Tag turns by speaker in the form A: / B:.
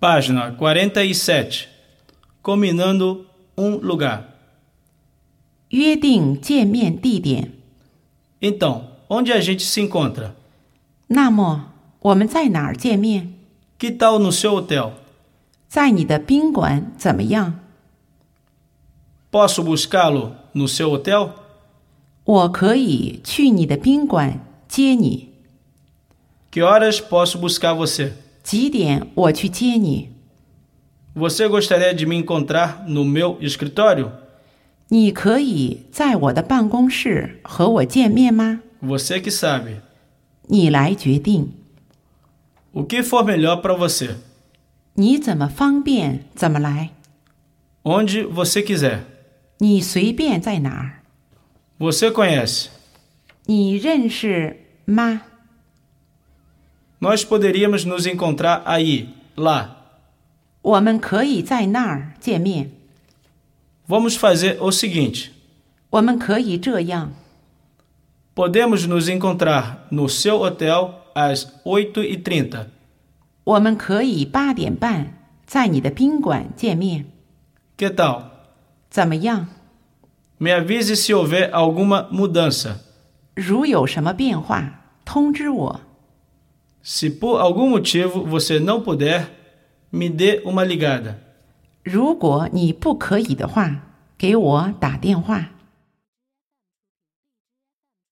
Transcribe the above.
A: Página 47. Combinando um lugar.
B: 约定见面地点。
A: Então, onde a gente se encontra?
B: 那么我们在哪儿见面？
A: Que tal no seu hotel?
B: 在你的宾馆怎么样？
A: Posso buscá-lo no seu hotel?
B: 我可以去你的宾馆接你。
A: Que horas posso buscar você?
B: 几点我去接你？
A: Você gostaria de me encontrar no meu escritório?
B: 你可以在我的办公室和我见面吗？
A: Você que sabe.
B: 你来决定，
A: O que for melhor para você.
B: 你怎么方便怎么来，
A: Onde você quiser.
B: 你随便在哪儿。
A: Você conhece.
B: 你认识吗？
A: Nós poderíamos nos encontrar aí, lá.
B: 我们可以在那儿见面。
A: Vamos fazer o seguinte:
B: 我们可以这样：
A: podemos nos encontrar no seu hotel às 8h30.
B: 我们可以八点半在你的宾馆见面，
A: Que tal?
B: 怎么样？
A: Me avise se houver alguma mudança.
B: 如有什么变化，通知我。
A: Se por algum motivo você não puder, me dê uma ligada.
B: 如果你不可以的话，给我打电话。